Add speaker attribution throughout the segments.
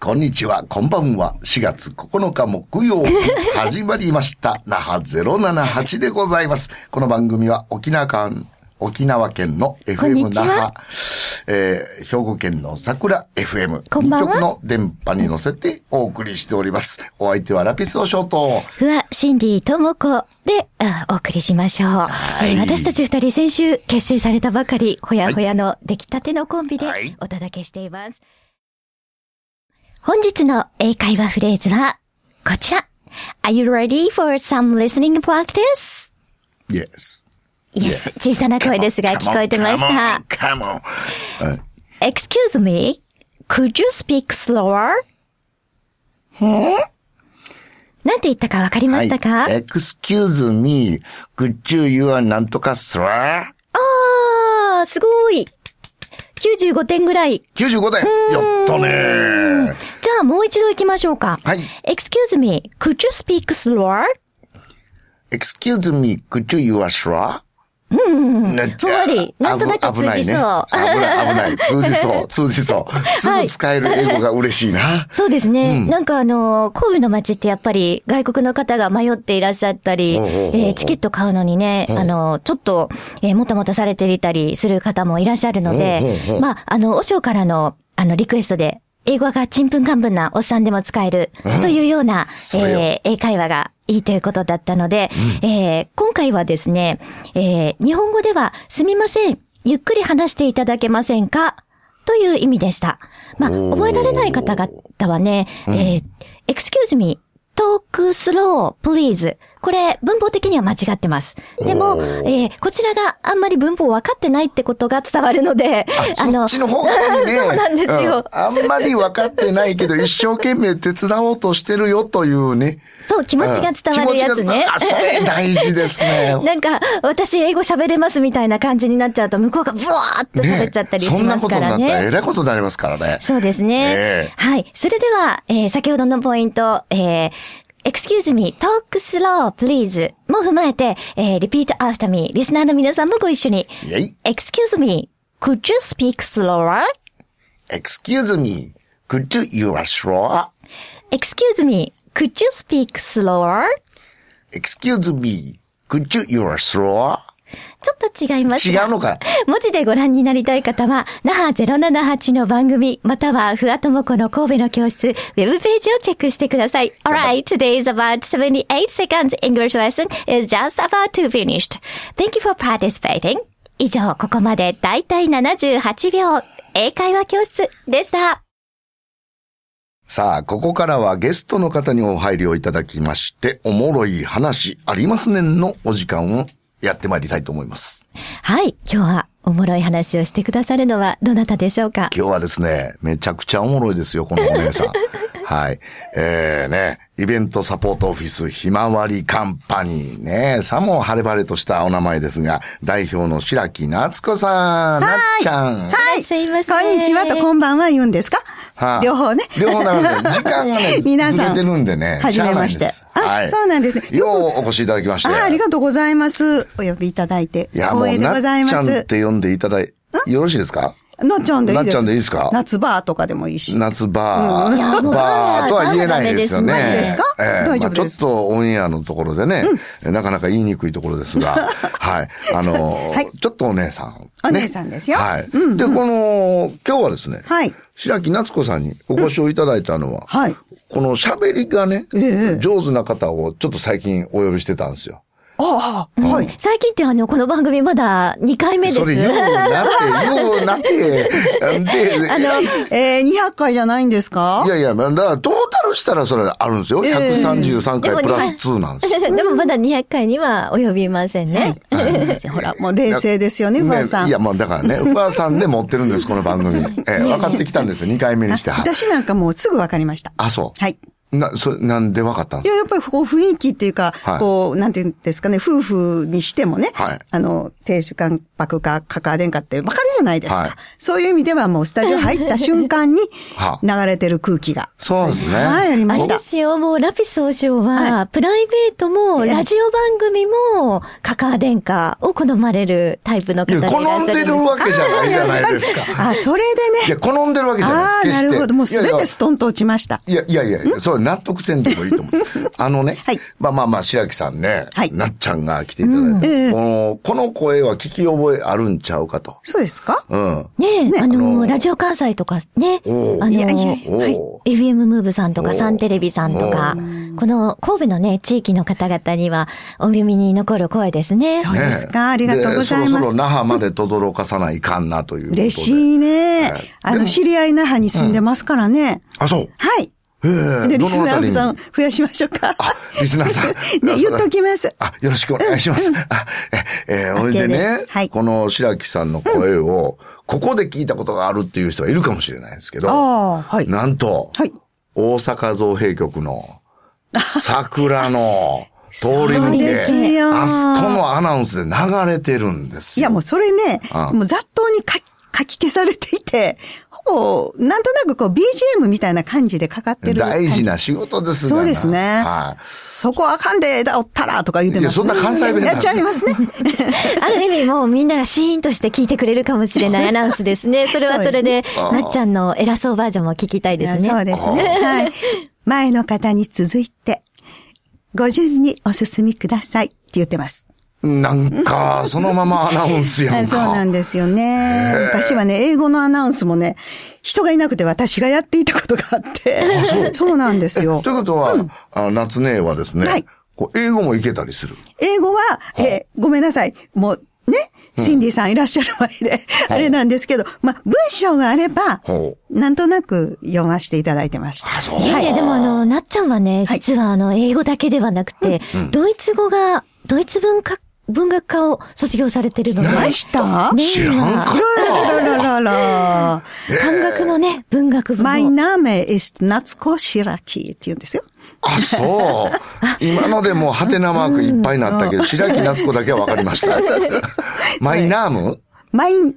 Speaker 1: こんにちは、こんばんは。4月9日木曜 日、始まりました。那覇078でございます。この番組は沖縄間、沖縄県の
Speaker 2: こん
Speaker 1: FM
Speaker 2: にち
Speaker 1: 那
Speaker 2: は
Speaker 1: 覇、えー兵庫県の桜 FM、
Speaker 2: こんばんは
Speaker 1: 二曲の電波に乗せてお送りしております。お相手はラピスをショート。
Speaker 2: ふわ、シンディ、ともこで、あお送りしましょう。
Speaker 1: い
Speaker 2: えー私たち二人先週結成されたばかり、ほやほやの出来たてのコンビで
Speaker 1: はい
Speaker 2: お届けしています。本日の英会話フレーズは、こちら。Are you ready for some listening practice?
Speaker 1: Yes.
Speaker 2: Yes. 小さな声ですが聞こえてました。。
Speaker 1: Come on, come on. はい
Speaker 2: Excuse me, could you speak slower? なんて言ったかわかりましたか、
Speaker 1: はい、excuse me, could you, you are なんとかすら
Speaker 2: あー、すごい。95点ぐらい。
Speaker 1: ?95 点やったねー
Speaker 2: じゃあもう一度行きましょうか。
Speaker 1: はい
Speaker 2: Excuse me, could you speak slower?
Speaker 1: !excuse me, could you, you are sure? うん。ね
Speaker 2: ふんわりなんとなく
Speaker 1: 危
Speaker 2: 通じそう
Speaker 1: ないね。危ない、危ない。 通じそう、通じそう。すぐ使える英語が嬉しい な。
Speaker 2: そうですね。なんかあの、神戸の街ってやっぱり外国の方が迷っていらっしゃったり、え
Speaker 1: ほうほうほうほう
Speaker 2: ーチケット買うのにね、あの、ちょっと、えーもたもたされていたりする方もいらっしゃるの
Speaker 1: ほうほうほ
Speaker 2: で
Speaker 1: う、
Speaker 2: まあ、あの、和尚からの、あの、リクエストで、英語がちんぷんかんぶんなおっさんでも使える、というような、
Speaker 1: それよ
Speaker 2: えー英会話がいいということだったので、えー今回はですね、えー日本語では、すみません、ゆっくり話していただけませんかという意味でした。まあ、
Speaker 1: おー
Speaker 2: 覚えられない方々はね、えー excuse me, talk slow, please. これ、文法的には間違ってます。でも、
Speaker 1: おー
Speaker 2: えーこちらがあんまり文法分かってないってことが伝わるので、
Speaker 1: あそっちの方がいいね。
Speaker 2: そうなんですよ。
Speaker 1: うんあんまり分かってないけど、一生懸命手伝おうとしてるよというね。
Speaker 2: そう、気持ちが伝わるやつ
Speaker 1: うん気持ちが
Speaker 2: ね
Speaker 1: 伝。わあ、それ大事です ね。
Speaker 2: なんか、私英語喋れますみたいな感じになっちゃうと、向こうがブワーっと喋っちゃったりし
Speaker 1: そんな
Speaker 2: ます
Speaker 1: こ
Speaker 2: か
Speaker 1: とにな
Speaker 2: ら
Speaker 1: ったら
Speaker 2: ね
Speaker 1: え。らいことになりますからね。
Speaker 2: そうですね。
Speaker 1: ええ
Speaker 2: はい。それでは、えー先ほどのポイント、えー excuse me, talk slow, please も踏まえて、えー repeat after me, リスナーの皆さんもご一緒に。
Speaker 1: イェイ
Speaker 2: excuse me, could you speak slower?
Speaker 1: Excuse me, could you, you are sure?
Speaker 2: Excuse me, could you speak slower?
Speaker 1: Excuse me, could you, you are sure?
Speaker 2: ちょっと違います
Speaker 1: 違
Speaker 2: が
Speaker 1: うのか。
Speaker 2: 文字でご覧になりたい方は、那覇078の番組、または、ふわともこの神戸の教室、ウェブページをチェックしてください。Alright, today's about 78 seconds English lesson is just about to finished. Thank you for participating. 以上、ここまでだいたい78秒、英会話教室でした。
Speaker 1: さあ、ここからはゲストの方にお入りをいただきまして、おもろい話ありますねんのお時間をやってまいりたいと思います。
Speaker 2: はい、今日は、おもろい話をしてくださるのは、どなたでしょうか
Speaker 1: 今日はですね、めちゃくちゃおもろいですよ、このお姉さん。はい。えー、ね、イベントサポートオフィスひまわりカンパニーね、さも晴れ晴れとしたお名前ですが、代表の白木夏子さん、なっちゃん。
Speaker 3: はい。
Speaker 2: すいません
Speaker 3: こんにちはとこんばんは言うんですか、
Speaker 1: はい
Speaker 3: 両方ね。
Speaker 1: 両方なので、時間がね、
Speaker 3: 皆さん
Speaker 1: ずれてるんでね。
Speaker 3: はじめまして
Speaker 1: しゃあないです
Speaker 3: あそうなんですね
Speaker 1: ようお越しいただきまして。
Speaker 3: あありがとうございます。お呼びいただいて。
Speaker 1: いや、も
Speaker 3: 光
Speaker 1: う、
Speaker 3: 栄で
Speaker 1: なっ
Speaker 3: ご
Speaker 1: ち
Speaker 3: ざいま
Speaker 1: ゃんっ
Speaker 3: す。
Speaker 1: て呼んでいただい、よろしいですか
Speaker 3: なっちゃんでいい
Speaker 1: なっちゃんでいいですか
Speaker 3: 夏バーとかでもいいし。
Speaker 1: 夏バー、
Speaker 2: うん
Speaker 1: バーとは言えないですよね。
Speaker 2: マジ
Speaker 3: ですか
Speaker 1: ええま
Speaker 3: 大丈
Speaker 1: あ
Speaker 3: 夫
Speaker 1: ちょ
Speaker 3: で
Speaker 1: っ
Speaker 3: す
Speaker 1: とオンエアのところでね、なかなか言いにくいところ ですが、はい。あの、
Speaker 3: はい
Speaker 1: ちょっとお姉さん、ね
Speaker 3: お姉さんですよ
Speaker 1: はい。で、この、今日はですね、
Speaker 3: はい
Speaker 1: 白木夏子さんにお越しをいただいたのは、
Speaker 3: はい。
Speaker 1: この喋りがね、
Speaker 3: ええ
Speaker 1: 上手な方をちょっと最近お呼びしてたんですよ。
Speaker 3: ああ、はい。
Speaker 2: 最近ってあの、この番組まだ2回目です。
Speaker 1: それようなって、よ うなって、で、
Speaker 3: えー、200回じゃないんですか
Speaker 1: い やいや、まあだからトータルしたらそれあるんですよ。133
Speaker 2: でも
Speaker 1: 回プラス2なんですよ
Speaker 2: でもまだ200回には及びませんね。
Speaker 3: ほら、もう冷静ですよね、ファンさん。
Speaker 1: いや、まあだから ね、不破さんで持ってるんです、この番組。ええ、分かってきたんですよ、2回目にして。はい
Speaker 3: 私なんかもうすぐわかりました。
Speaker 1: あ、そう。
Speaker 3: はい。
Speaker 1: な、それ、なんで分かったん
Speaker 3: い
Speaker 1: です
Speaker 3: や、やっぱりこう雰囲気っていうか、
Speaker 1: はい
Speaker 3: こう、なんていうんですかね、夫婦にしてもね、
Speaker 1: はい
Speaker 3: あの、亭主関白か、かか殿下ってわかるじゃないですか、
Speaker 1: はい
Speaker 3: そういう意味ではもうスタジオ入った瞬間に
Speaker 1: は
Speaker 3: 流れてる空気が。
Speaker 1: そうですね
Speaker 3: はい、ありま
Speaker 2: あれ
Speaker 3: し
Speaker 2: で
Speaker 3: た。
Speaker 2: すよ、もうラピス王将は、
Speaker 3: は
Speaker 2: プライベートも、ラジオ番組も、カカア殿下を好まれるタイプの
Speaker 1: い
Speaker 2: 方で
Speaker 1: や、
Speaker 2: いらっしゃ
Speaker 1: 好ん
Speaker 2: るんです
Speaker 1: でるわけじゃないじゃないですか。
Speaker 3: あ、それ
Speaker 1: い
Speaker 3: で
Speaker 1: や、
Speaker 3: ね。
Speaker 1: 好んでるわけじゃ
Speaker 3: あ
Speaker 1: ない
Speaker 3: あ、
Speaker 1: です。
Speaker 3: なるほど。もう
Speaker 1: 決し
Speaker 3: す
Speaker 1: て
Speaker 3: べてストンと落ちました。
Speaker 1: いやいやいやいや、そう、納得せんでもいいと思う。あのね、
Speaker 3: はい
Speaker 1: まあまあまあ、白木さんね、
Speaker 3: はい
Speaker 1: なっちゃんが来ていただいて、
Speaker 3: うんええ
Speaker 1: この、この声は聞き覚えあるんちゃうかと。
Speaker 3: そうですか
Speaker 1: うん。
Speaker 2: ね
Speaker 3: ね
Speaker 2: あの、
Speaker 1: あの
Speaker 2: ラジオ関西とかね、あ
Speaker 1: おう
Speaker 2: の、
Speaker 3: いやいやい
Speaker 1: やはいおう
Speaker 2: FM ムーブさんと
Speaker 1: お
Speaker 2: か、
Speaker 1: う
Speaker 2: サンテレビさんとか、この神戸のね、地域の方々には、お耳に残る声ですね。
Speaker 3: そうですか、
Speaker 1: ね
Speaker 3: ありがとうござい
Speaker 1: でそろ
Speaker 3: ま
Speaker 1: そろ
Speaker 3: す。
Speaker 1: 那覇まで轟かさないかんなということで。
Speaker 3: 嬉しいね
Speaker 1: はい。
Speaker 3: あ
Speaker 1: でも
Speaker 3: の、知り合い那覇に住んでますからね。
Speaker 1: あ、そう。
Speaker 3: はい。
Speaker 1: ええ
Speaker 3: で、
Speaker 1: ど
Speaker 3: リス
Speaker 1: のあ
Speaker 3: ナ
Speaker 1: たり
Speaker 3: ー
Speaker 1: に。
Speaker 3: さん増やしましょうか。
Speaker 1: あ、リスナーさん。
Speaker 3: ね、言っとき
Speaker 1: ま
Speaker 3: ます。
Speaker 1: あ、よろしくお願いします。あ、え、えー、ほいで
Speaker 3: オッケー
Speaker 1: ね
Speaker 3: です、はい
Speaker 1: この白木さんの声を、ここで聞いたことがあるっていう人がいるかもしれないですけど、
Speaker 3: ああ、はい。
Speaker 1: なんと、
Speaker 3: はい
Speaker 1: 大阪造幣局の桜の通り
Speaker 3: そう
Speaker 1: 抜け
Speaker 3: です、よ
Speaker 1: あそこのアナウンスで流れてるんです
Speaker 3: い
Speaker 1: よ。
Speaker 3: や、もうそれね、
Speaker 1: うん
Speaker 3: もう雑踏に書き書き消されていて、ほぼ、なんとなくこう BGM みたいな感じでかかってる感じ。
Speaker 1: 大事な仕事ですが
Speaker 3: そうですね。
Speaker 1: は
Speaker 3: そこあかんで、だおったらとか言ってます、ね。
Speaker 1: いやそんな関西弁なん
Speaker 3: やっちゃいますね。
Speaker 2: ある意味もうみんながシーンとして聞いてくれるかもしれないアナウンスですね。それはそれで、
Speaker 1: そうですね
Speaker 2: なっちゃんの偉そうバージョンも聞きたいですね。
Speaker 3: そうですね。はい。前の方に続いて、ご順にお進みくださいって言ってます。
Speaker 1: い。なんか、そのままアナウンスや
Speaker 3: は
Speaker 1: ん
Speaker 3: い そう
Speaker 1: か。
Speaker 3: なんですよね
Speaker 1: へえ。
Speaker 3: 昔はね、英語のアナウンスもね、人がいなくて私がやっていたことがあって。そうなんですよ
Speaker 1: と。いうことは、あ夏姉はですね、
Speaker 3: はい
Speaker 1: こう英語もいけたりする。
Speaker 3: 英語は、えーごめんなさい。もう、ね、シンディさんいらっしゃる前で、あれなんですけど、まあ、文章があれば
Speaker 1: ほ、
Speaker 3: なんとなく読ませていただいてました。
Speaker 1: あそう
Speaker 2: いやいや、でもあの、なっちゃんはね、
Speaker 3: はい
Speaker 2: 実はあの、英語だけではなくて、ドイツ語が、ドイツ文化、文学科を卒業されてるので。
Speaker 3: ました
Speaker 2: メイン
Speaker 1: 知らんかっ
Speaker 2: は
Speaker 3: ららららら。
Speaker 2: 漢学のね、文学部の。
Speaker 3: マイナーメイ is 夏子白木って言うんですよ。
Speaker 1: あ、そう。 今のでもうハテナマークいっぱいになったけど、白木夏子だけはわかりました。
Speaker 3: そうそうそう
Speaker 1: マイナーム
Speaker 3: マイ、マイネ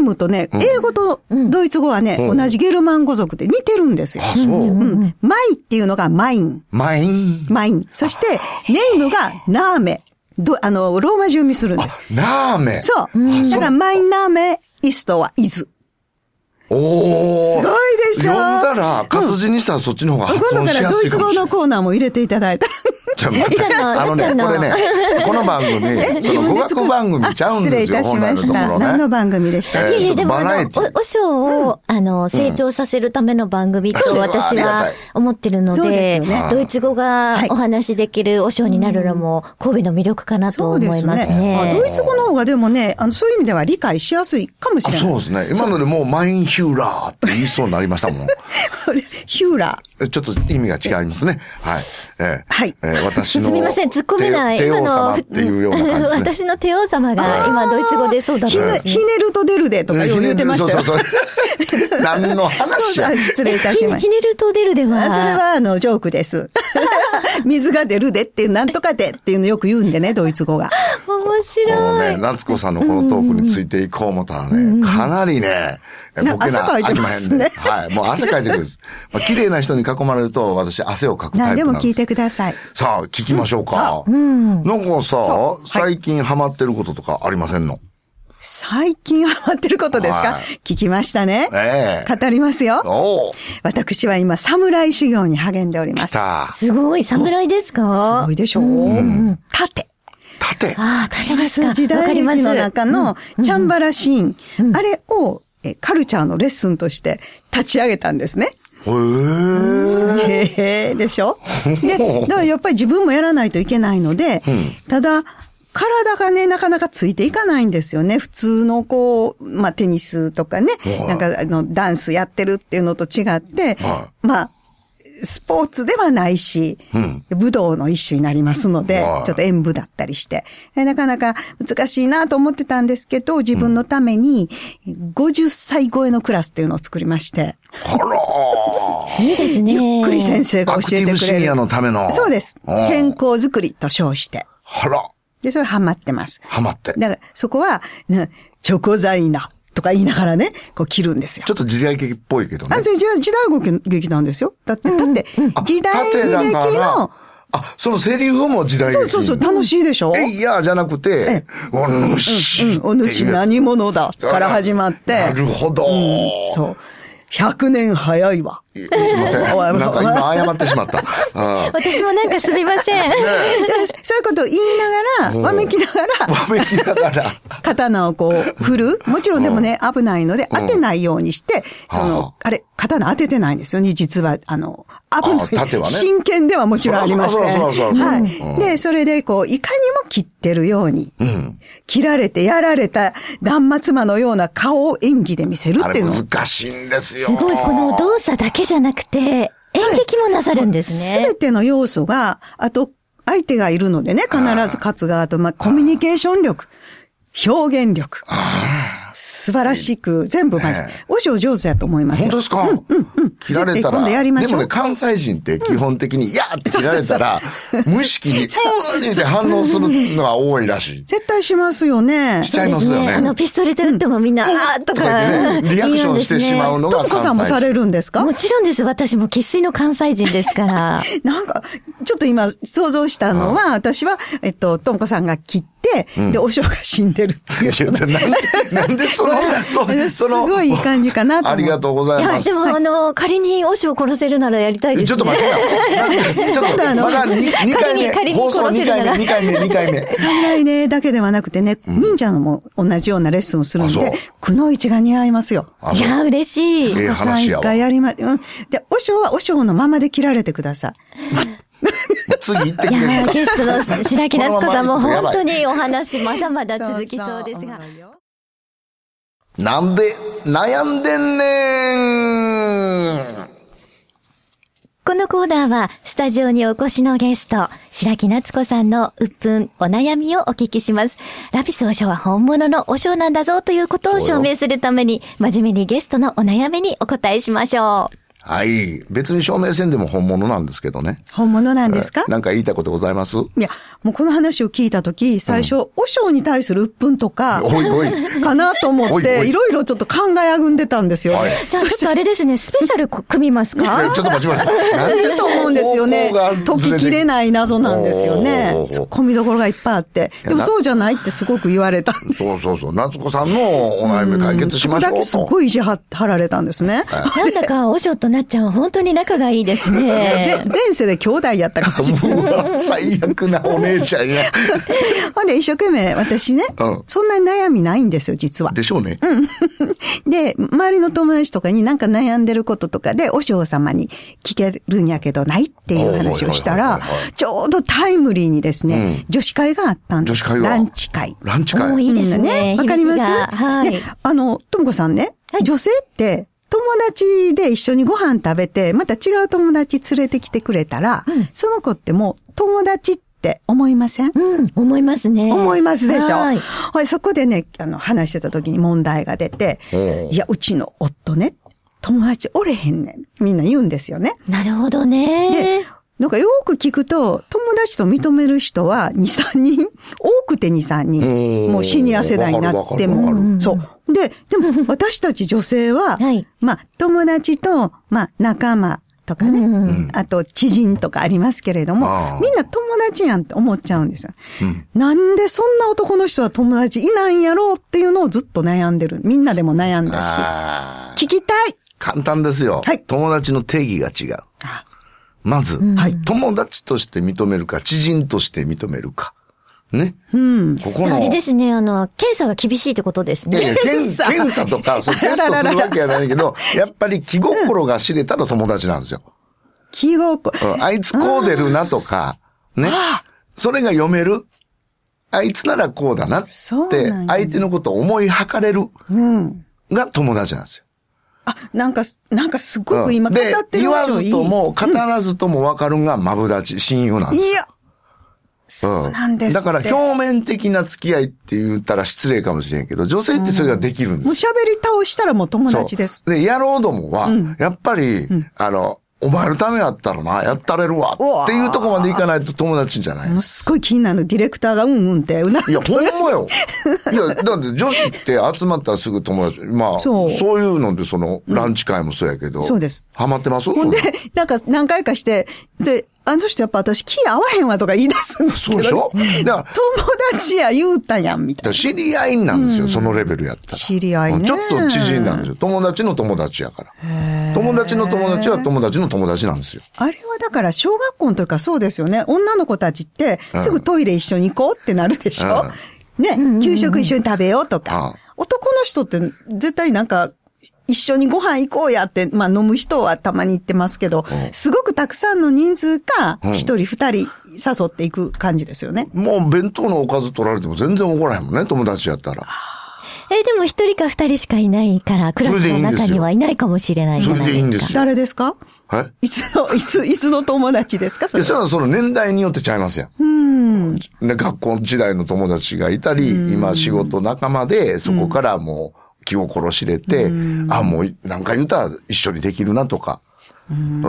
Speaker 3: ームとね、英語とドイツ語はね、
Speaker 1: うん
Speaker 3: 同じゲルマン語族で似てるんですよ。
Speaker 1: あ、そう。
Speaker 3: うんマイっていうのがマイン。
Speaker 1: マイン。
Speaker 3: マイン。そして、ネームがナーメ。ど、あの、ローマ字読みするんです。
Speaker 1: ナーメ。
Speaker 3: そう。だから、マイナーメイストはイズ。
Speaker 1: おー。
Speaker 3: すごいでし
Speaker 1: 読
Speaker 3: ょ
Speaker 1: んだら、活字にしたらそっちの方が
Speaker 3: 今
Speaker 1: 発
Speaker 3: 度
Speaker 1: 音
Speaker 3: か
Speaker 1: し
Speaker 3: ら
Speaker 1: や
Speaker 3: ド
Speaker 1: す
Speaker 3: イ
Speaker 1: いか
Speaker 3: ツ
Speaker 1: も
Speaker 3: 語
Speaker 1: しれな
Speaker 3: の
Speaker 1: い。
Speaker 3: コーナーも入れていただいたら。
Speaker 1: ちょっと待って
Speaker 2: いやいや
Speaker 1: あのね、
Speaker 2: いやいや
Speaker 1: これね、この番 組、その語学番組ちゃうん
Speaker 3: 失
Speaker 1: で
Speaker 3: 礼い
Speaker 1: すよ、
Speaker 3: たし
Speaker 1: 本
Speaker 3: ま
Speaker 1: 来の
Speaker 3: し
Speaker 1: とこ
Speaker 3: た。
Speaker 1: ろね。
Speaker 3: 何の番組でした
Speaker 1: え
Speaker 3: か
Speaker 1: ー
Speaker 2: いやいや、でもあ
Speaker 1: ちょっとバラエ
Speaker 2: の
Speaker 1: ティ、
Speaker 2: お、おしょを、あの、成長させるための番組
Speaker 1: う
Speaker 2: と
Speaker 1: んそうそう
Speaker 2: 私
Speaker 1: ありがた
Speaker 2: はい思ってるの
Speaker 3: そう
Speaker 2: で、
Speaker 3: ですよね
Speaker 2: ドイツ語が
Speaker 3: はい
Speaker 2: お話しできるおしょになるのも、神戸の魅力かなと
Speaker 3: そう
Speaker 2: 思
Speaker 3: で
Speaker 2: い
Speaker 3: す
Speaker 2: ます
Speaker 3: ね。あ
Speaker 2: ね
Speaker 3: ド。イツ語の方がでもね、あの、そういう意味では理解しやすいかもし
Speaker 1: あ
Speaker 3: れない。
Speaker 1: そうですね。今のでもうマインヒューラーって言いそうになりましたもん。
Speaker 3: ヒューラー。
Speaker 1: えちょっと意味が違いますね。はい。ええ
Speaker 3: はい
Speaker 1: ええ私の。
Speaker 2: すみません、突っ込めない。
Speaker 1: 帝帝王様
Speaker 2: の
Speaker 1: っていうような感じで すね。
Speaker 2: 私の帝王様が今、ドイツ語でそうだった
Speaker 3: ひ
Speaker 2: んで
Speaker 3: ね
Speaker 2: すね
Speaker 3: ひねると出るでとかよう言ってましたよ。
Speaker 1: そうそう そう何の話や
Speaker 3: そうそう失礼いた
Speaker 2: ひ
Speaker 3: し
Speaker 2: ね
Speaker 3: まし
Speaker 2: ひねると出るでは。
Speaker 3: た。それは、あの、ジョークです。水が出るでっていう、なんとかでっていうのよく言うんでね、ドイツ語が。
Speaker 2: 面
Speaker 1: この
Speaker 2: 白
Speaker 1: ね、
Speaker 2: い。
Speaker 1: 夏子さんのこのトークについていこう思ったらね、かなりね、え
Speaker 3: な
Speaker 1: ボケな
Speaker 3: 汗かいてますね
Speaker 1: 飽きまへんではい、もう汗かいてくるん です。まあ、綺麗な人に囲まれると、私汗をかくタイ
Speaker 3: 何
Speaker 1: プ
Speaker 3: で
Speaker 1: な
Speaker 3: も
Speaker 1: んです。
Speaker 3: 聞いてください。
Speaker 1: さあ、聞きましょうか。なんかさ、最近ハマってることとかありませんの
Speaker 3: 最近ハマってることですか
Speaker 1: はい
Speaker 3: 聞きましたね。
Speaker 1: ええ
Speaker 3: 語りますよ。
Speaker 1: おお
Speaker 3: 私は今、侍修行に励んでおりま
Speaker 1: 来
Speaker 3: す。す
Speaker 1: た。
Speaker 2: すごい、侍ですか
Speaker 3: ごいでしょう盾。
Speaker 1: 縦。
Speaker 2: ああ、わかりますか。
Speaker 3: 時
Speaker 2: わか
Speaker 3: 代
Speaker 2: ります
Speaker 3: 劇の中のチャンバラシーン、あれをえカルチャーのレッスンとして立ち上げたんですね。
Speaker 1: へえ。
Speaker 3: へえ、でしょで、だからやっぱり自分もやらないといけないので、ただ、体がね、なかなかついていかないんですよね。普通のこう、まあ、テニスとかね、
Speaker 1: はい
Speaker 3: なんかあの、ダンスやってるっていうのと違って
Speaker 1: は、
Speaker 3: まあ、スポーツではないし、武道の一種になりますので
Speaker 1: はい、
Speaker 3: ちょっと演舞だったりして、えなかなか難しいなと思ってたんですけど、自分のために50歳超えのクラスっていうのを作りまして、
Speaker 1: あら
Speaker 2: いいですね。
Speaker 3: ゆっくり先生が
Speaker 1: アク
Speaker 3: 教
Speaker 1: テ
Speaker 3: えて
Speaker 1: ィ
Speaker 3: くれ
Speaker 1: ブ
Speaker 3: る。
Speaker 1: シニアのための。
Speaker 3: そうです。
Speaker 1: うん
Speaker 3: 健康づくりと称して。
Speaker 1: あら。
Speaker 3: で、それハマってます。
Speaker 1: ハマって。
Speaker 3: だから、そこは、ねチョコザイナとか言いながらね、こう切るんですよ
Speaker 1: ちょ。っと時代劇っぽいけどね
Speaker 3: あ、。それ時代時代劇なんですよ。だって、だって
Speaker 1: あ、
Speaker 3: 時代劇
Speaker 1: 縦だから
Speaker 3: の、
Speaker 1: あ、そのセリフも時代劇
Speaker 3: そ
Speaker 1: に。
Speaker 3: うそうそう、楽しいでしょ
Speaker 1: えいやじゃなくて
Speaker 3: え、
Speaker 1: お主、
Speaker 3: うん、お主何者だから始まって。
Speaker 1: なるほど。
Speaker 3: そう。100年早いわ。
Speaker 1: すいません。
Speaker 3: おい
Speaker 1: なんか今謝ってしまった。あー
Speaker 2: 私もなんかすみません。
Speaker 3: そういうことを言いながら、わめきながら、
Speaker 1: わめきな がら。
Speaker 3: 刀をこう振る。もちろんでもね、危ないので、当てないようにして、そ
Speaker 1: は
Speaker 3: の、あれ、刀当ててないんですよね、実は。あの、危
Speaker 1: あー
Speaker 3: ない。
Speaker 1: 盾はね
Speaker 3: 真剣ではもちろんありません。
Speaker 1: そらそらそらそらう
Speaker 3: は
Speaker 1: ん
Speaker 3: い。で、それで、こう、いかにも切ってるように、切られて、やられた、断末魔のような顔を演技で見せる
Speaker 1: あ
Speaker 3: ってい
Speaker 1: れ
Speaker 3: うの。
Speaker 1: 難しいんですよ。
Speaker 2: すごい、この動作だけじゃなくて、演劇もなさるんです
Speaker 3: す
Speaker 2: ね
Speaker 3: べ。ての要素が、あと、相手がいるのでね、必ず勝つ側と、まあ、コミュニケーション力、表現力。素晴らしく、全部まじ
Speaker 1: ね。
Speaker 3: おし上手やと思います
Speaker 1: 本
Speaker 3: よ。
Speaker 1: 当ですか切られた
Speaker 3: 絶対今
Speaker 1: ら、
Speaker 3: 度やりましょう
Speaker 1: でもね、関西人って基本的に、いやーって切られたら、無意識に、うーって反応するのは多いらしい。
Speaker 3: 絶対しますよね
Speaker 1: し。ちゃいますよね。
Speaker 2: あの、ピストルで撃ってもみんな、あーと
Speaker 1: とか言
Speaker 2: か、
Speaker 1: ってねリアクションしてしまうの
Speaker 2: の。
Speaker 3: と
Speaker 1: が
Speaker 3: もこさんも
Speaker 1: 関
Speaker 3: さ
Speaker 1: 西
Speaker 3: れるんですか
Speaker 2: もちろんです。私も生粋の関西人で すから。
Speaker 3: なんか、ちょっと今想像したのは、私は、えっと、ともこさんが切って、で、おしょが死んでるっていう。
Speaker 1: 人。いやなんで、なんで その
Speaker 3: ごめんな、さい
Speaker 1: そその、
Speaker 3: すごいいい感じかなと思
Speaker 1: あ
Speaker 3: う
Speaker 1: りがとうございま
Speaker 2: あ
Speaker 1: す
Speaker 2: で。も、あの、仮にオシを殺せるならやりたいです。
Speaker 1: ちょっと待 ってな。ちょっと、
Speaker 3: 今度あの
Speaker 1: まだ 2, 回目
Speaker 2: 仮に仮、に
Speaker 1: 放送2回目、2回目、2回目。
Speaker 3: 侍ね、だけではなくてね、忍者のも同じようなレッスンをするん
Speaker 1: あそう
Speaker 3: で、くのいちが似合いますよ。
Speaker 1: あ
Speaker 2: い
Speaker 1: そう
Speaker 2: や、嬉しい。
Speaker 1: ええ
Speaker 3: お子さん
Speaker 1: 話や
Speaker 3: 一
Speaker 1: わ
Speaker 3: 回やりま、うん。で、おしょうはおしょうのままで切られてください。
Speaker 1: 次行って
Speaker 2: い
Speaker 1: くれ
Speaker 2: や
Speaker 1: る
Speaker 2: ー
Speaker 1: か。
Speaker 2: ゲストの白木夏子さんも
Speaker 1: このまま行くとやば
Speaker 2: 本
Speaker 1: い
Speaker 2: 当にお話まだまだ続きそうですが。
Speaker 1: なんで、悩んでんねん。
Speaker 2: このコーナーは、スタジオにお越しのゲスト、白木夏子さんの鬱憤、お悩みをお聞きします。ラピス和尚は本物の和尚なんだぞということを証明するために、真面目にゲストのお悩みにお答えしましょう。
Speaker 1: はい。別に証明せんでも本物なんですけどね。
Speaker 3: 本物なんですか
Speaker 1: なんか言いたいことございますおい
Speaker 3: いや、もうこの話を聞いたとき、最初、おしょうに対する鬱憤とか、
Speaker 1: おい。
Speaker 3: かなと思
Speaker 1: お
Speaker 3: っ
Speaker 1: いお
Speaker 3: て、
Speaker 1: い
Speaker 3: いろいろちょっと考えあぐんでたんですよ
Speaker 1: はい。
Speaker 2: じゃあ、ちょっとあれですね、スペシャル組みます
Speaker 1: いや
Speaker 2: か
Speaker 1: ちょっと待 ちましょう。なん
Speaker 3: い
Speaker 1: で
Speaker 3: いと
Speaker 1: その
Speaker 3: 思うんですよ
Speaker 1: 方
Speaker 3: ね
Speaker 1: 向。が
Speaker 3: 解
Speaker 1: ずれ
Speaker 3: き
Speaker 1: て
Speaker 3: きれない謎なんですよ
Speaker 1: おーお
Speaker 3: ね
Speaker 1: ーお。ー
Speaker 3: 突っ込みどころがいっぱいあって。
Speaker 1: や
Speaker 3: でも
Speaker 1: な
Speaker 3: そうじゃないってすごく言われたんです。
Speaker 1: そうそうそう。夏子さんのお悩み解決し
Speaker 3: そこ
Speaker 1: ましょ
Speaker 3: だ
Speaker 1: うと。
Speaker 3: けすごい意地張られたんですね。
Speaker 2: なんだか、和尚となっちゃんは本当に仲がいいです
Speaker 3: ぜ
Speaker 2: ね。
Speaker 3: 前世で兄弟やったかもしれないう
Speaker 1: わ、 最悪なお姉ちゃん や。
Speaker 3: ほんで一生懸命私ね、
Speaker 1: うん
Speaker 3: そんなに悩みないんですよ、実は。
Speaker 1: でしょうね。
Speaker 3: で、周りの友達とかになんか悩んでることとかで、お師匠様に聞けるんやけどないっていう話をした
Speaker 1: おいおい
Speaker 3: ら
Speaker 1: おいおいおい、
Speaker 3: ちょうどタイムリーにですね、女子会があったんで
Speaker 1: 女子
Speaker 3: す。
Speaker 1: 会は
Speaker 3: ランチ会。
Speaker 1: ランチ
Speaker 2: もうい
Speaker 1: 会。
Speaker 2: いです
Speaker 3: うん
Speaker 2: ね。
Speaker 3: わかります
Speaker 2: 響きがはい。
Speaker 3: で、あの、ともこさんね、
Speaker 2: はい
Speaker 3: 女性って、友達で一緒にご飯食べて、また違う友達連れてきてくれたら、その子ってもう友達って思いません
Speaker 2: うん、思いますね。
Speaker 3: 思いますでしょ。
Speaker 2: はい
Speaker 3: ほい、そこでね、あの、話してた時に問題が出て
Speaker 1: お、う
Speaker 3: いや、うちの夫ね、友達おれへんねん。みんな言うんですよね。
Speaker 2: なるほど
Speaker 3: で
Speaker 2: ね。、
Speaker 3: なんかよく聞くと、友達と認める人は2、3人、多くて2、3
Speaker 1: おう
Speaker 3: 人、もうシニア世代にな
Speaker 1: わ
Speaker 3: っ
Speaker 1: か
Speaker 3: て
Speaker 1: るわかるわか
Speaker 3: も、そう。で、でも私たち女 性は、
Speaker 2: はい
Speaker 3: まあ、友達と、まあ、仲間とかね、
Speaker 2: うんう
Speaker 3: あと知人とかありますけれど
Speaker 1: ああ
Speaker 3: も、みんな友達やんって思っちゃうんですよ。なんでそんな男の人は友達いないんやろうっていうのをずっと悩んでる。みんなでも悩んだ
Speaker 1: あー
Speaker 3: し。聞きたい
Speaker 1: 簡単ですよ。
Speaker 3: はい
Speaker 1: 友達の定義が違う。
Speaker 3: あ
Speaker 1: まず、
Speaker 3: はい
Speaker 1: 友達として認めるか、知人として認めるか。ね。ここ
Speaker 2: じゃあ
Speaker 1: の。
Speaker 2: あれですね、あの、検査が厳しいってことです
Speaker 1: いやい
Speaker 2: ね。
Speaker 1: や、検
Speaker 3: 検
Speaker 1: 査
Speaker 3: 査
Speaker 1: 検査とか、そう、テストするわけじゃないけど、やっぱり気心が知れたら友達なんですよ。
Speaker 3: 気がこ
Speaker 1: うんあいつこう出るなとか、ね。それが読める。あいつならこうだなっ
Speaker 3: そう
Speaker 1: て
Speaker 3: なん、や
Speaker 1: 相手のことを思い測れる
Speaker 3: うん。
Speaker 1: が友達なんですよ。
Speaker 3: あ、なんか、なんかすご
Speaker 1: う
Speaker 3: く
Speaker 1: ん
Speaker 3: 今語って
Speaker 1: で
Speaker 3: る、
Speaker 1: 言わずと
Speaker 3: う。
Speaker 1: も、語らずとも分かるんがマブダチ、親友なんですよ
Speaker 3: いや、そうなんです
Speaker 1: だ
Speaker 3: って。
Speaker 1: から表面的な付き合いって言ったら失礼かもしれんけど、女性ってそれができるんで
Speaker 3: もう
Speaker 1: すよ。
Speaker 3: 喋り倒したらもう友達です。
Speaker 1: そうで、野郎どもは、やっぱり、あの、お前のためやったらな、やったれるわ。
Speaker 3: うわ
Speaker 1: っていうとこまでいかないと友達じゃない。
Speaker 3: ものすごい気になる。ディレクターがうんうんってうな。
Speaker 1: いや、ほんまよ。いや、だって女子って集まったらすぐ友達。まあ、そ
Speaker 3: そうう
Speaker 1: いうので、その、ランチ会もそうやけど。
Speaker 3: そうです
Speaker 1: ハマってますほ
Speaker 3: ほんで、なんか何回かして、で、あの人やっぱ私気合わへんわとか言い出すんですけ
Speaker 1: そう
Speaker 3: ど、
Speaker 1: でしょ だから、
Speaker 3: 友達や言うたやん、み
Speaker 1: だか
Speaker 3: たい
Speaker 1: ら知り合いなんですよ、そのレベルやったら。
Speaker 3: 知り合いね
Speaker 1: うんちょっと知人なんですよ。友達の友達やから。友達の友達は友達の友達なんですよ。
Speaker 3: な。あれはだから小学校の時からそうですよね。女の子たちって、すぐトイレ一緒に行こうってなるでしょ、ね、給食一緒に食べようと
Speaker 1: ああ
Speaker 3: か。男の人って絶対なんか、一緒にご飯行こうやって、まあ飲む人はたまに行ってますけど、すごくたくさんの人数か、
Speaker 1: ん
Speaker 3: 一人二人誘っていく感じですよね。
Speaker 1: もう弁当のおかず取られても全然怒らへんもんね、友達やったら。
Speaker 2: え、でも一人か二人しかいないから、クラスの中にはいないかもしれないじ
Speaker 1: そ
Speaker 2: ゃ
Speaker 1: れ
Speaker 2: ない
Speaker 1: でいいんで
Speaker 2: で
Speaker 1: す
Speaker 2: か。
Speaker 1: すよ。
Speaker 3: 誰ですか
Speaker 1: はい
Speaker 3: いつの、 いつ、いつの友達ですかそ
Speaker 1: い
Speaker 3: れ
Speaker 1: や、
Speaker 3: は
Speaker 1: それはその年代によってちゃいますやん。ね、学校時代の友達がいたり、今仕事仲間で、そこからもう気心知れて、あ、もう何か言うたら一緒にできるなとか。うん。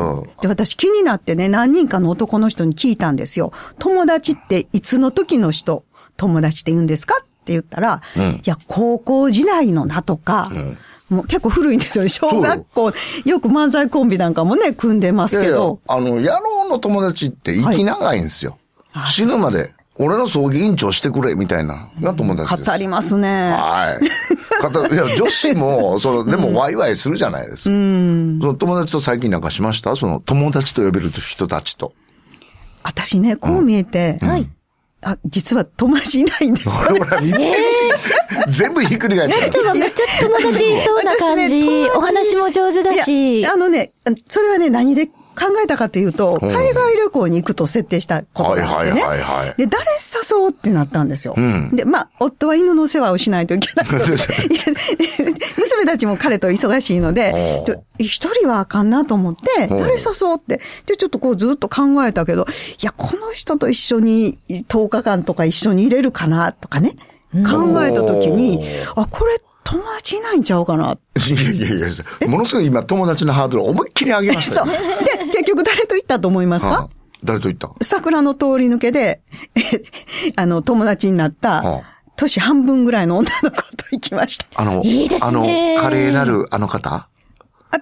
Speaker 3: で、私気になってね、何人かの男の人に聞いたんですよ。友達っていつの時の人、友達って言うんですかって言ったら、いや、高校時代のなとか、もう結構古いんですよね。小学校、よく漫才コンビなんかもね、組んでま
Speaker 1: い
Speaker 3: す
Speaker 1: やい
Speaker 3: け
Speaker 1: や、あ
Speaker 3: ど。
Speaker 1: の、野郎の友達って生き長いんですよ。死ぬまで、俺の葬儀委員長してくれ、みたいな、が友達です。
Speaker 3: 語りますね。
Speaker 1: はい。語るいや、女子も、その、でもワイワイするじゃないですか。その友達と最近なんかしましたその友達と呼べる人たちと。
Speaker 3: 私ね、こう見えて、
Speaker 2: はい。
Speaker 3: あ、実は友達いないんです よ。
Speaker 1: ほらほら、見て。全部ひっくり返ってる。
Speaker 2: ちょっとめっちゃ友達いそうな感
Speaker 3: 私ね友
Speaker 2: じ。
Speaker 3: 達
Speaker 2: お話も上手だ
Speaker 3: い
Speaker 2: し
Speaker 3: や。あのね、それはね、何で考えたかというと、海外旅行に行くと設定したことがあってね。
Speaker 1: はいはいはいはい
Speaker 3: で、誰誘おうってなったんですよ。
Speaker 1: ん
Speaker 3: で、まあ、夫は犬の世話をしないといけない ので 娘たちも彼と忙しいので
Speaker 1: お、う
Speaker 3: で一人はあかんなと思って、
Speaker 1: おう
Speaker 3: 誰誘おうって。で、ちょっとこうずっと考えたけど、いや、この人と一緒に10日間とか一緒にいれるかなとかね、考えたときに、あ、これ友達いないんちゃうかなって
Speaker 1: いやいやいや、ものすごい今友達のハードルを思いっきり上げました
Speaker 3: そう。
Speaker 1: よ。
Speaker 3: で、結局誰と行ったと思います
Speaker 1: はあ
Speaker 3: か
Speaker 1: 誰と言った
Speaker 3: 桜の通り抜けで、 えあの、友達になっ
Speaker 1: は
Speaker 3: た
Speaker 1: あ、
Speaker 3: 年半分ぐらいの女の子と行きました。
Speaker 1: あの、
Speaker 2: いいですね
Speaker 1: あの、華麗なるあの方
Speaker 3: あ、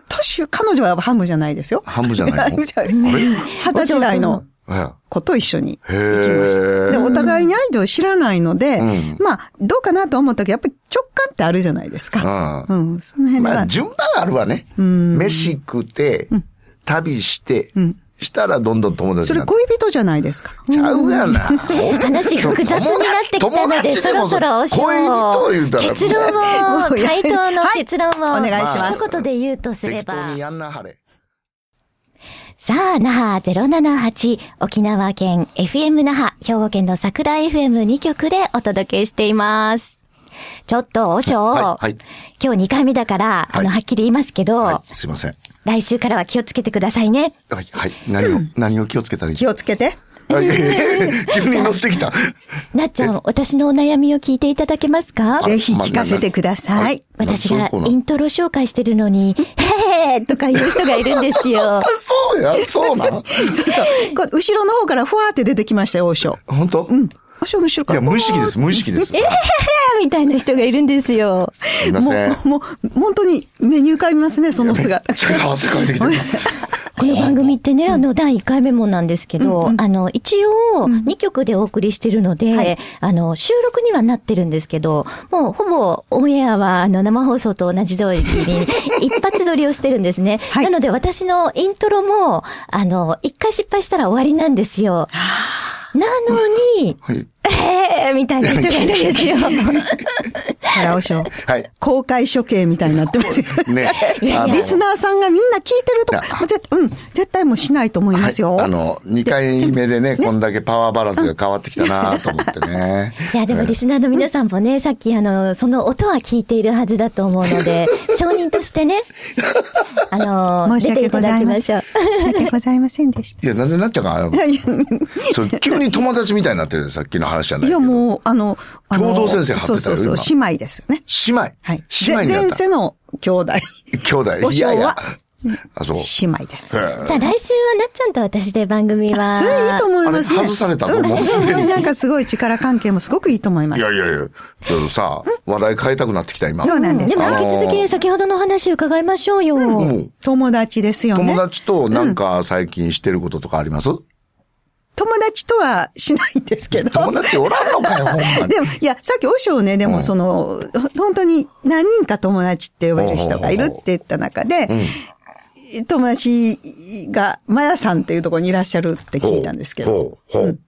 Speaker 3: 年、彼女は半分じゃないですよ。
Speaker 1: 半分じゃないの
Speaker 3: 半分じゃない二十歳代の
Speaker 1: え
Speaker 3: 子と一緒に
Speaker 1: へー
Speaker 3: 行きました。で、お互いにアイドル知らないので、
Speaker 1: ん
Speaker 3: まあ、どうかなと思ったけど、やっぱり直感ってあるじゃないですか。
Speaker 1: うん
Speaker 3: うん、その
Speaker 1: え
Speaker 3: 辺
Speaker 1: まあ、
Speaker 3: は。
Speaker 1: 順番あるわね。飯食って、旅して、したらどんどん友達
Speaker 3: そ
Speaker 1: に
Speaker 3: れ
Speaker 1: なって。
Speaker 3: 恋人じゃないですか。
Speaker 1: ちゃうやな。
Speaker 2: 話複雑になってきたので、そろそろおし
Speaker 1: 恋人言うたら、
Speaker 2: 結論を、
Speaker 3: もうやめ
Speaker 2: 回答の
Speaker 3: はい
Speaker 2: 結論を、
Speaker 3: お願いします
Speaker 2: 一言で言うとすれ
Speaker 1: 適当
Speaker 2: ば
Speaker 1: に。やんなはれ。
Speaker 2: さあ、那覇078、沖縄県 FM 那覇、兵庫県の桜 FM2 局でお届けしています。ちょっと、おしょう、
Speaker 1: はいはい
Speaker 2: 今日2回目だから、あ
Speaker 1: はい
Speaker 2: の、はっきり言いますけど、
Speaker 1: はい、すいません。
Speaker 2: 来週からは気をつけてくださいね。
Speaker 1: はい、はい。何を、何を気をつけたらいい
Speaker 3: 気をつけて。
Speaker 1: あいやいやいや急に乗ってきた。
Speaker 2: なっちゃん、私のお悩みを聞いていただけますか
Speaker 3: ぜひ聞かせてください。
Speaker 2: 私
Speaker 1: そういう
Speaker 2: が
Speaker 1: コーナー
Speaker 2: イントロ紹介してるのに、へへーとか言う人がいるんですよ
Speaker 1: あ。そうや、そうなん
Speaker 3: そうそう。こう後ろの方からふわーって出てきましたよ、王将。
Speaker 1: 本当うん。い
Speaker 3: 王将の後ろから。
Speaker 1: や、無意識です、無意識です。
Speaker 2: みたいな人がいるんですよ。
Speaker 1: すいません。めっ
Speaker 3: もう、もう、本当に目に浮かびますね、その姿。
Speaker 1: ちゃ汗かいてきてる。
Speaker 2: この番組ってね、あの、第1回目もなんですけど、あの、一応、2曲でお送りしてるので、
Speaker 3: はい
Speaker 2: あの、収録にはなってるんですけど、もう、ほぼ、オンエアは、あの、生放送と同じ通りに、一発撮りをしてるんですね。
Speaker 3: はい
Speaker 2: なので、私のイントロも、あの、一回失敗したら終わりなんですよ。なのに、
Speaker 1: はい。
Speaker 2: えーみたいな人がいるんですよ。
Speaker 3: 原王将。
Speaker 1: はい。
Speaker 3: 公開処刑みたいになってますよ。
Speaker 1: ね。あの
Speaker 3: リスナーさんがみんな聞いてる
Speaker 1: い
Speaker 3: と
Speaker 1: や
Speaker 3: もう絶対、うん、絶対もうしないと思いますよ。
Speaker 1: はいあの、2回目でね、こんだけパワーバランスが変わってきたなと思ってね。
Speaker 2: いや、でもリスナーの皆さんもね、さっきあの、その音は聞いているはずだと思うの で、証人としてね、あの、
Speaker 3: 申し
Speaker 2: 出て
Speaker 3: 訳
Speaker 2: い
Speaker 3: ご
Speaker 2: ただ
Speaker 3: ざ
Speaker 2: き
Speaker 3: いま
Speaker 2: まし
Speaker 3: せ
Speaker 2: ょ
Speaker 3: ん
Speaker 2: う。。
Speaker 3: 申し訳ございませんでした。
Speaker 1: いや、なんでなっちゃうか
Speaker 3: いや
Speaker 1: ない
Speaker 3: や、
Speaker 1: それ急に友達みたいになってるさっきの話じゃない
Speaker 3: い
Speaker 1: け
Speaker 3: や
Speaker 1: ど。
Speaker 3: もう、あの、あの
Speaker 1: 共同先生貼ってた
Speaker 3: そ
Speaker 1: よ
Speaker 3: うそうそう、姉妹ですよね。
Speaker 1: 姉妹。
Speaker 3: はい。
Speaker 1: 姉妹にな
Speaker 3: 前
Speaker 1: っ
Speaker 3: 世の兄弟。
Speaker 1: た。兄弟。
Speaker 3: お
Speaker 1: い
Speaker 3: 嬢
Speaker 1: やいや
Speaker 3: は。
Speaker 1: あ、そう。
Speaker 3: 姉妹です。
Speaker 2: じゃあ来週はなっちゃんと私で番組は。
Speaker 3: それいいと思いますね。
Speaker 1: あれ外されたと思うんすでに
Speaker 3: なんかすごい力関係もすごくいいと思いま
Speaker 1: い
Speaker 3: す。
Speaker 1: やいやいや、ちょっとさ、話題変えたくなってきた、今。
Speaker 3: そうなんです
Speaker 2: でも、
Speaker 1: あのー
Speaker 2: 引き続き先ほどの話伺いましょうよ。
Speaker 1: うん
Speaker 3: 友達ですよね。
Speaker 1: 友達となんか最近してることとかあります、
Speaker 3: 友達とはしないんですけど。
Speaker 1: 友達おらんのかよ、ほんまに。
Speaker 3: でも、いや、さっき、和尚ね、で
Speaker 1: うん
Speaker 3: も、その、本当に何人か友達って呼べる人がいるって言った中で、友達が、マヤさんっていうところにいらっしゃるって聞いたんですけど、
Speaker 1: ほう。ほう。ほう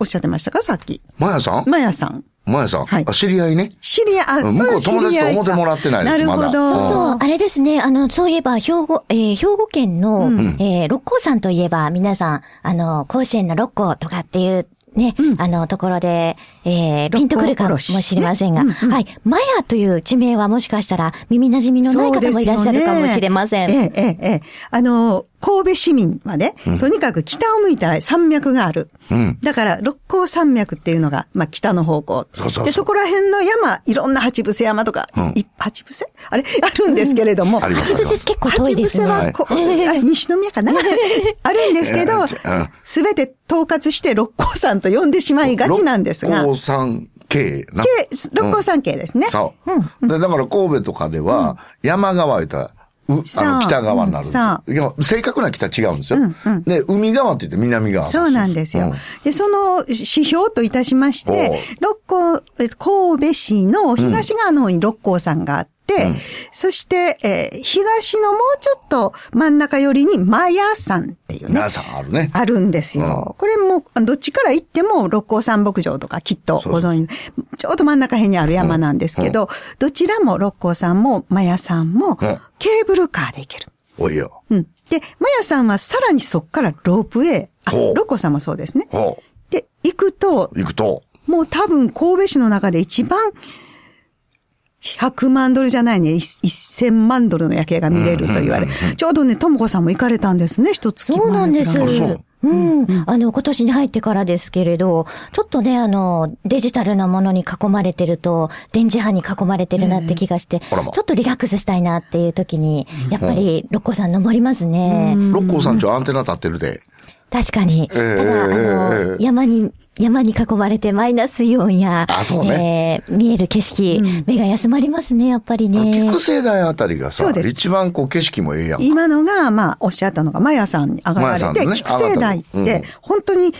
Speaker 3: おっしゃってましたか、さっき。
Speaker 1: まやさん
Speaker 3: マヤさん。
Speaker 1: まやさん、
Speaker 3: はい
Speaker 1: あ知り合いね。
Speaker 3: 知り合い、あ、
Speaker 1: うん
Speaker 3: それは
Speaker 1: 向こう友達と思ってもらってないです
Speaker 3: 知り合かなるほ
Speaker 1: まだ
Speaker 3: ど。
Speaker 2: そう、あれですね。あの、そういえば、兵庫、えー兵庫県の、えー六甲山といえば、皆さん、あの、甲子園の六甲とかっていう、ね、あの、ところで、えーピンとくるかもしれませんが、はい。マヤという地名はもしかしたら、耳馴染みのない方もいらっしゃるかもしれません。
Speaker 3: そうですよねええ、ええ、ええ。あの、神戸市民はね、とにかく北を向いたら山脈がある。
Speaker 1: ん
Speaker 3: だから、六甲山脈っていうのが、まあ、北の方向。
Speaker 1: そうそうそう
Speaker 3: で、そこら辺の山、いろんな八伏山とか、
Speaker 1: うん
Speaker 3: い八伏あれ、 あるんですけれども。
Speaker 1: あります
Speaker 2: 八伏結構遠いですね。
Speaker 3: 八伏はこ、あ西宮かなあるんですけど
Speaker 1: ええうん、
Speaker 3: すべて統括して六甲山と呼んでしまいがちなんですが
Speaker 1: 六。甲山系な。
Speaker 3: で六甲山系ですね。
Speaker 1: そう。でだから神戸とかでは、山側言ったら、う
Speaker 3: そう
Speaker 1: あの北側になるんですよ
Speaker 3: そ。
Speaker 1: いや正確な北違うんですよ
Speaker 3: うんうん。
Speaker 1: で、海側って言って南側。
Speaker 3: そうなんですよ。で、その指標といたしまし
Speaker 1: おう
Speaker 3: て、六甲、え神戸市の東側の方に六甲山があって、そして、えー東のもうちょっと真ん中寄りにマヤ山っていうね
Speaker 1: 皆。さんあるね。
Speaker 3: あるんですよ。これも、あのどっちから行っても、六甲山牧場とかきっとご存知、ちょうど真ん中辺にある山なんですけど、どちらも六甲山もマヤ山も、
Speaker 1: うん
Speaker 3: ケーブルカーで行ける。
Speaker 1: おいよ。
Speaker 3: うん。で、マヤさんはさらにそこからロープウェイ、あ、
Speaker 1: ほう
Speaker 3: ロコさんもそうですね。
Speaker 1: ほ
Speaker 3: で、行くと
Speaker 1: う。、行くと。
Speaker 3: もう多分神戸市の中で一番、100万ドルじゃないね、い1000万ドルの夜景が見れると言われ。ちょうどね、ともこさんも行かれたんですね、一月前
Speaker 2: そうなんです。
Speaker 3: ぐらい
Speaker 1: そう
Speaker 2: うん。あの、今年に入ってからですけれど、ちょっとね、あの、デジタルなものに囲まれてると、電磁波に囲まれてるなって気がして、
Speaker 1: あらま
Speaker 2: ちょっとリラックスしたいなっていう時に、やっぱり、六甲山登りますね。
Speaker 1: 六甲山頂アンテナ立ってるで。
Speaker 2: 確かに。
Speaker 1: ええ
Speaker 2: ただ、あ
Speaker 1: ええ
Speaker 2: の、山に、山に囲まれてマイナスイオンや、
Speaker 1: あそう
Speaker 2: えー見える景色、目が休まりますね、やっぱりね。
Speaker 1: 菊生台あたりがさ
Speaker 3: そう、です
Speaker 1: 一番こう景色もええやん。
Speaker 3: 今のが、まあ、おっしゃったのが、マヤさんに上
Speaker 1: マ
Speaker 3: がら
Speaker 1: ヤ
Speaker 3: れ
Speaker 1: さん
Speaker 3: て、
Speaker 1: のね
Speaker 3: 菊
Speaker 1: 上
Speaker 3: 生台っ
Speaker 1: がったうん
Speaker 3: て、本当に、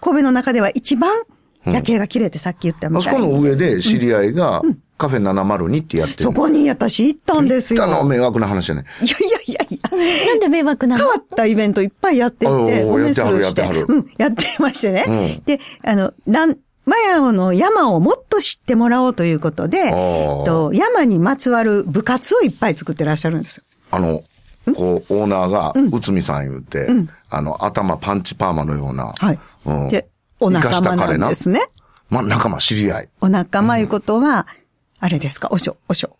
Speaker 3: 神戸の中では一番夜景が綺麗ってさっき言ったみ
Speaker 1: あそ
Speaker 3: たい
Speaker 1: こ
Speaker 3: に。
Speaker 1: の上で知り合いが、カフェ702ってやってる。
Speaker 3: そこに私行ったんですよ。
Speaker 1: あの、迷惑な話じゃない。
Speaker 3: いやいやいやいや。
Speaker 2: なんで迷惑なの
Speaker 3: 変わったイベントいっぱいやってい
Speaker 1: お
Speaker 3: て、
Speaker 1: ー
Speaker 3: ごめんスルー
Speaker 1: やっ
Speaker 3: してて
Speaker 1: はるやってはる
Speaker 3: うん、やってましてね。
Speaker 1: うん
Speaker 3: で、あの、なん、マヤオの山をもっと知ってもらおうということで、えっ
Speaker 1: ー
Speaker 3: と山にまつわる部活をいっぱい作ってらっしゃるんですよ。
Speaker 1: あの、こう、オーナーが、内海さん言うて、あの、頭パンチパーマのような、
Speaker 3: はい。
Speaker 1: うん
Speaker 3: で、お仲間
Speaker 1: 生かした
Speaker 3: な
Speaker 1: 彼
Speaker 3: ん
Speaker 1: な
Speaker 3: ですね。
Speaker 1: まあ、仲間、知り合い。
Speaker 3: お仲間いうことは、あれですか、おしょ、おしょ。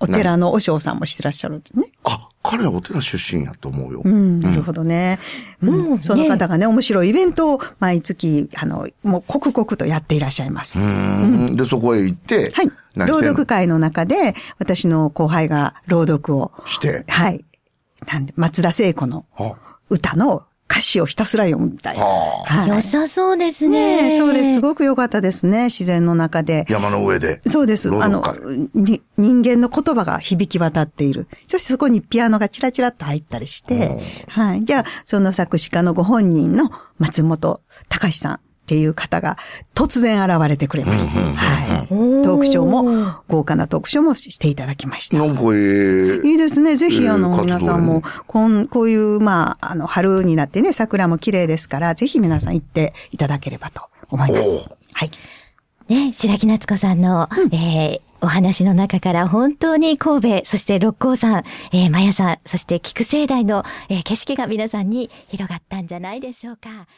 Speaker 3: お寺のおしょうさんもしてらっしゃるんですね。
Speaker 1: あ、彼はお寺出身やと思うよ。
Speaker 3: うん、なるほどね。うん、
Speaker 2: うん
Speaker 3: その方がね、面白いイベントを毎月、あの、もう刻々とやっていらっしゃいます。
Speaker 1: うん。で、そこへ行って、
Speaker 3: はい。
Speaker 1: 何してん
Speaker 3: 朗
Speaker 1: の
Speaker 3: 読会の中で、私の後輩が朗読を。
Speaker 1: して
Speaker 3: はい。なんで、松田聖子の
Speaker 1: は
Speaker 3: 歌の歌詞をひたすら読むみたいな。
Speaker 1: は
Speaker 3: は
Speaker 2: 良
Speaker 3: い。
Speaker 2: さそうですね。
Speaker 3: ねえ、そうです。すごく良かったですね。自然の中で。
Speaker 1: 山の上で。
Speaker 3: そうです。
Speaker 1: 朗
Speaker 3: あ
Speaker 1: 読
Speaker 3: の
Speaker 1: 会。、
Speaker 3: に人間の言葉が響き渡っている。そしてそこにピアノがチラチラっと入ったりして、はい。じゃあ、その作詞家のご本人の松本隆さんっていう方が突然現れてくれました。はい。トークショーも、豪華なトークショーもしていただきました。
Speaker 1: なんかええ
Speaker 3: いいですね。ぜ
Speaker 1: ええ
Speaker 3: ひ、あの、
Speaker 1: 活動やね
Speaker 3: 皆さんも、こん、こういう、まあ、あの、春になってね、桜も綺麗ですから、ぜひ皆さん行っていただければと思いま
Speaker 1: お
Speaker 3: す
Speaker 1: う。
Speaker 3: はい。
Speaker 2: ね、白木夏子さんの、えーお話の中から本当に神戸、そして六甲山、えー、マヤさん、そして菊生台の、えー景色が皆さんに広がったんじゃないでしょうか。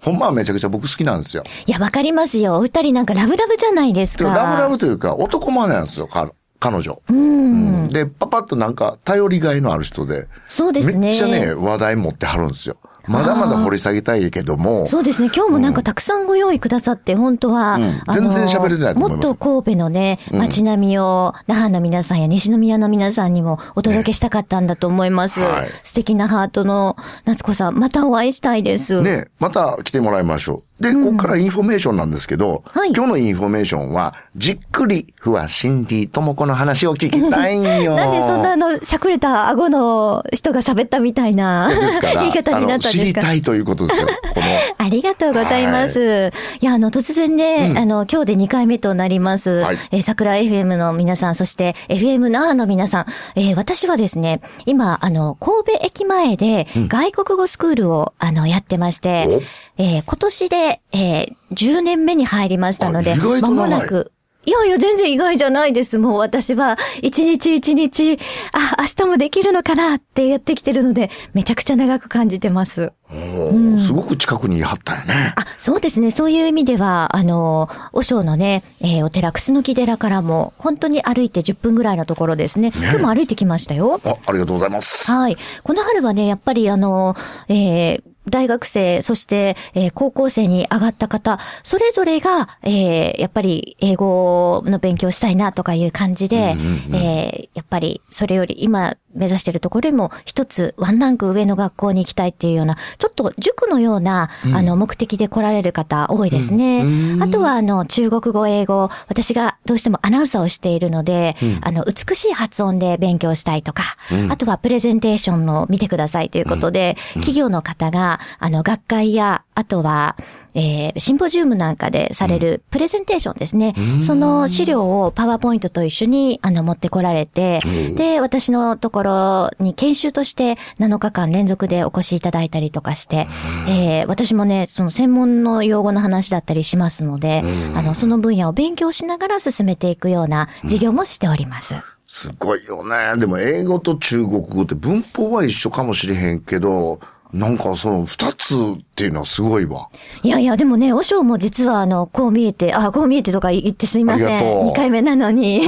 Speaker 1: ほんまはめちゃくちゃ僕好きなんですよ。
Speaker 2: いや、わかりますよ。お二人なんかラブラブじゃないです
Speaker 1: で
Speaker 2: か。
Speaker 1: もラブラブというか、男前なんですよ、か彼女。
Speaker 2: うん。
Speaker 1: で、パパッとなんか、頼りがいのある人で、
Speaker 2: そうですね。
Speaker 1: めっちゃね、話題持ってはるんですよ。まだまだ掘り下げたいけども、
Speaker 2: そうですね。今日もなんかたくさんご用意くださって、本当は、
Speaker 1: うん
Speaker 2: あの
Speaker 1: 全然喋れてないと思います
Speaker 2: もっと神戸のね、街並みを、那覇の皆さんや西宮の皆さんにもお届けしたかったんだと思います。
Speaker 1: ねはい
Speaker 2: 素敵なハートの夏子さん、またお会いしたいです。
Speaker 1: ね、また来てもらいましょう。で、ここからインフォメーションなんですけど、
Speaker 2: はい
Speaker 1: 今日のインフォメーションは、じっくり、ふわ、シンディ、ともこの話を聞きたいんよ。
Speaker 2: なんでそんなあの、しゃくれた顎の人が喋ったみたいな
Speaker 1: ですから、
Speaker 2: 言い方になったん
Speaker 1: あの知
Speaker 2: です
Speaker 1: り
Speaker 2: か
Speaker 1: たいということですよ。この、
Speaker 2: ありがとうございます。いや、あの、突然ね、あの、今日で2回目となります。
Speaker 1: はい
Speaker 2: えー桜 FM の皆さん、そして FM 那覇の皆さん、えー私はですね、今、あの、神戸駅前で外国語スクールを、あの、やってまして、えー今年で、えー10年目に入りましたの
Speaker 1: あ
Speaker 2: で、
Speaker 1: 意外と長い
Speaker 2: 間もなく、いやいや、全然意外じゃないです。もう私は、一日一日、あ、明日もできるのかなってやってきてるので、めちゃくちゃ長く感じてます。
Speaker 1: おーすごく近くに貼ったよね。
Speaker 2: あ、そうですね。そういう意味では、あの、和尚のね、えーお寺、楠木寺からも、本当に歩いて10分ぐらいのところですね。今日も歩いてきましたよ。
Speaker 1: あ、ありがとうございます。
Speaker 2: はい。この春はね、やっぱりあの、えー大学生、そして、えー高校生に上がった方、それぞれが、えーやっぱり英語の勉強したいなとかいう感じで、えーやっぱりそれより今目指しているところよりも一つワンランク上の学校に行きたいっていうような、ちょっと塾のような、あの、目的で来られる方多いですね。あとは、あの、中国語、英語、私がどうしてもアナウンサーをしているので、あの、美しい発音で勉強したいとか、あとはプレゼンテーションの見てくださいということで、企業の方が、あの、学会や、あとは、えーシンポジウムなんかでされるプレゼンテーションですね。その資料をパワーポイントと一緒に、あの、持ってこられて、で、私のところに研修として7日間連続でお越しいただいたりとかして、えー私もね、その専門の用語の話だったりしますので、あの、その分野を勉強しながら進めていくような授業もしております。
Speaker 1: すごいよね。でも、英語と中国語って文法は一緒かもしれへんけど、なんかその二つっていうのはすごい わ。
Speaker 2: いやいや、でもね、和尚も実はあの、こう見えて、あこう見えてとか言ってすいま
Speaker 1: あ
Speaker 2: せ。
Speaker 1: りがとうん
Speaker 2: 2回目なのに。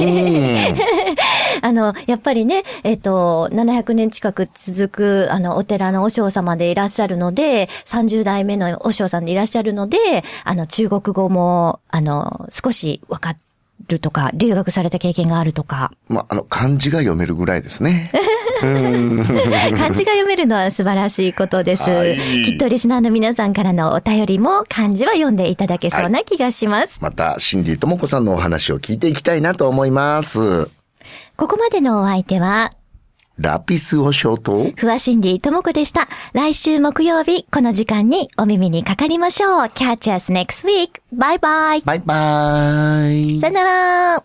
Speaker 2: あの、やっぱりね、えっ、と、700年近く続く、あの、お寺の和尚様でいらっしゃるので、30代目の和尚さんでいらっしゃるので、あの、中国語も、あの、少しわかるとか、留学された経験がある とか、
Speaker 1: まあ、あの、漢字が読めるぐらいですね。
Speaker 2: 漢字が読めるのは素晴らしいことです。
Speaker 1: はい
Speaker 2: きっとリスナーの皆さんからのお便りも漢字は読んでいただけそうな気がします。
Speaker 1: また、シンディともこさんのお話を聞いていきたいなと思います。
Speaker 2: ここまでのお相手は、
Speaker 1: ラピスをショート
Speaker 2: ふわしんりともこでした。来週木曜日、この時間にお耳にかかりましょう。Catch us next week. Bye bye.
Speaker 1: バイバーイ。
Speaker 2: さよなら。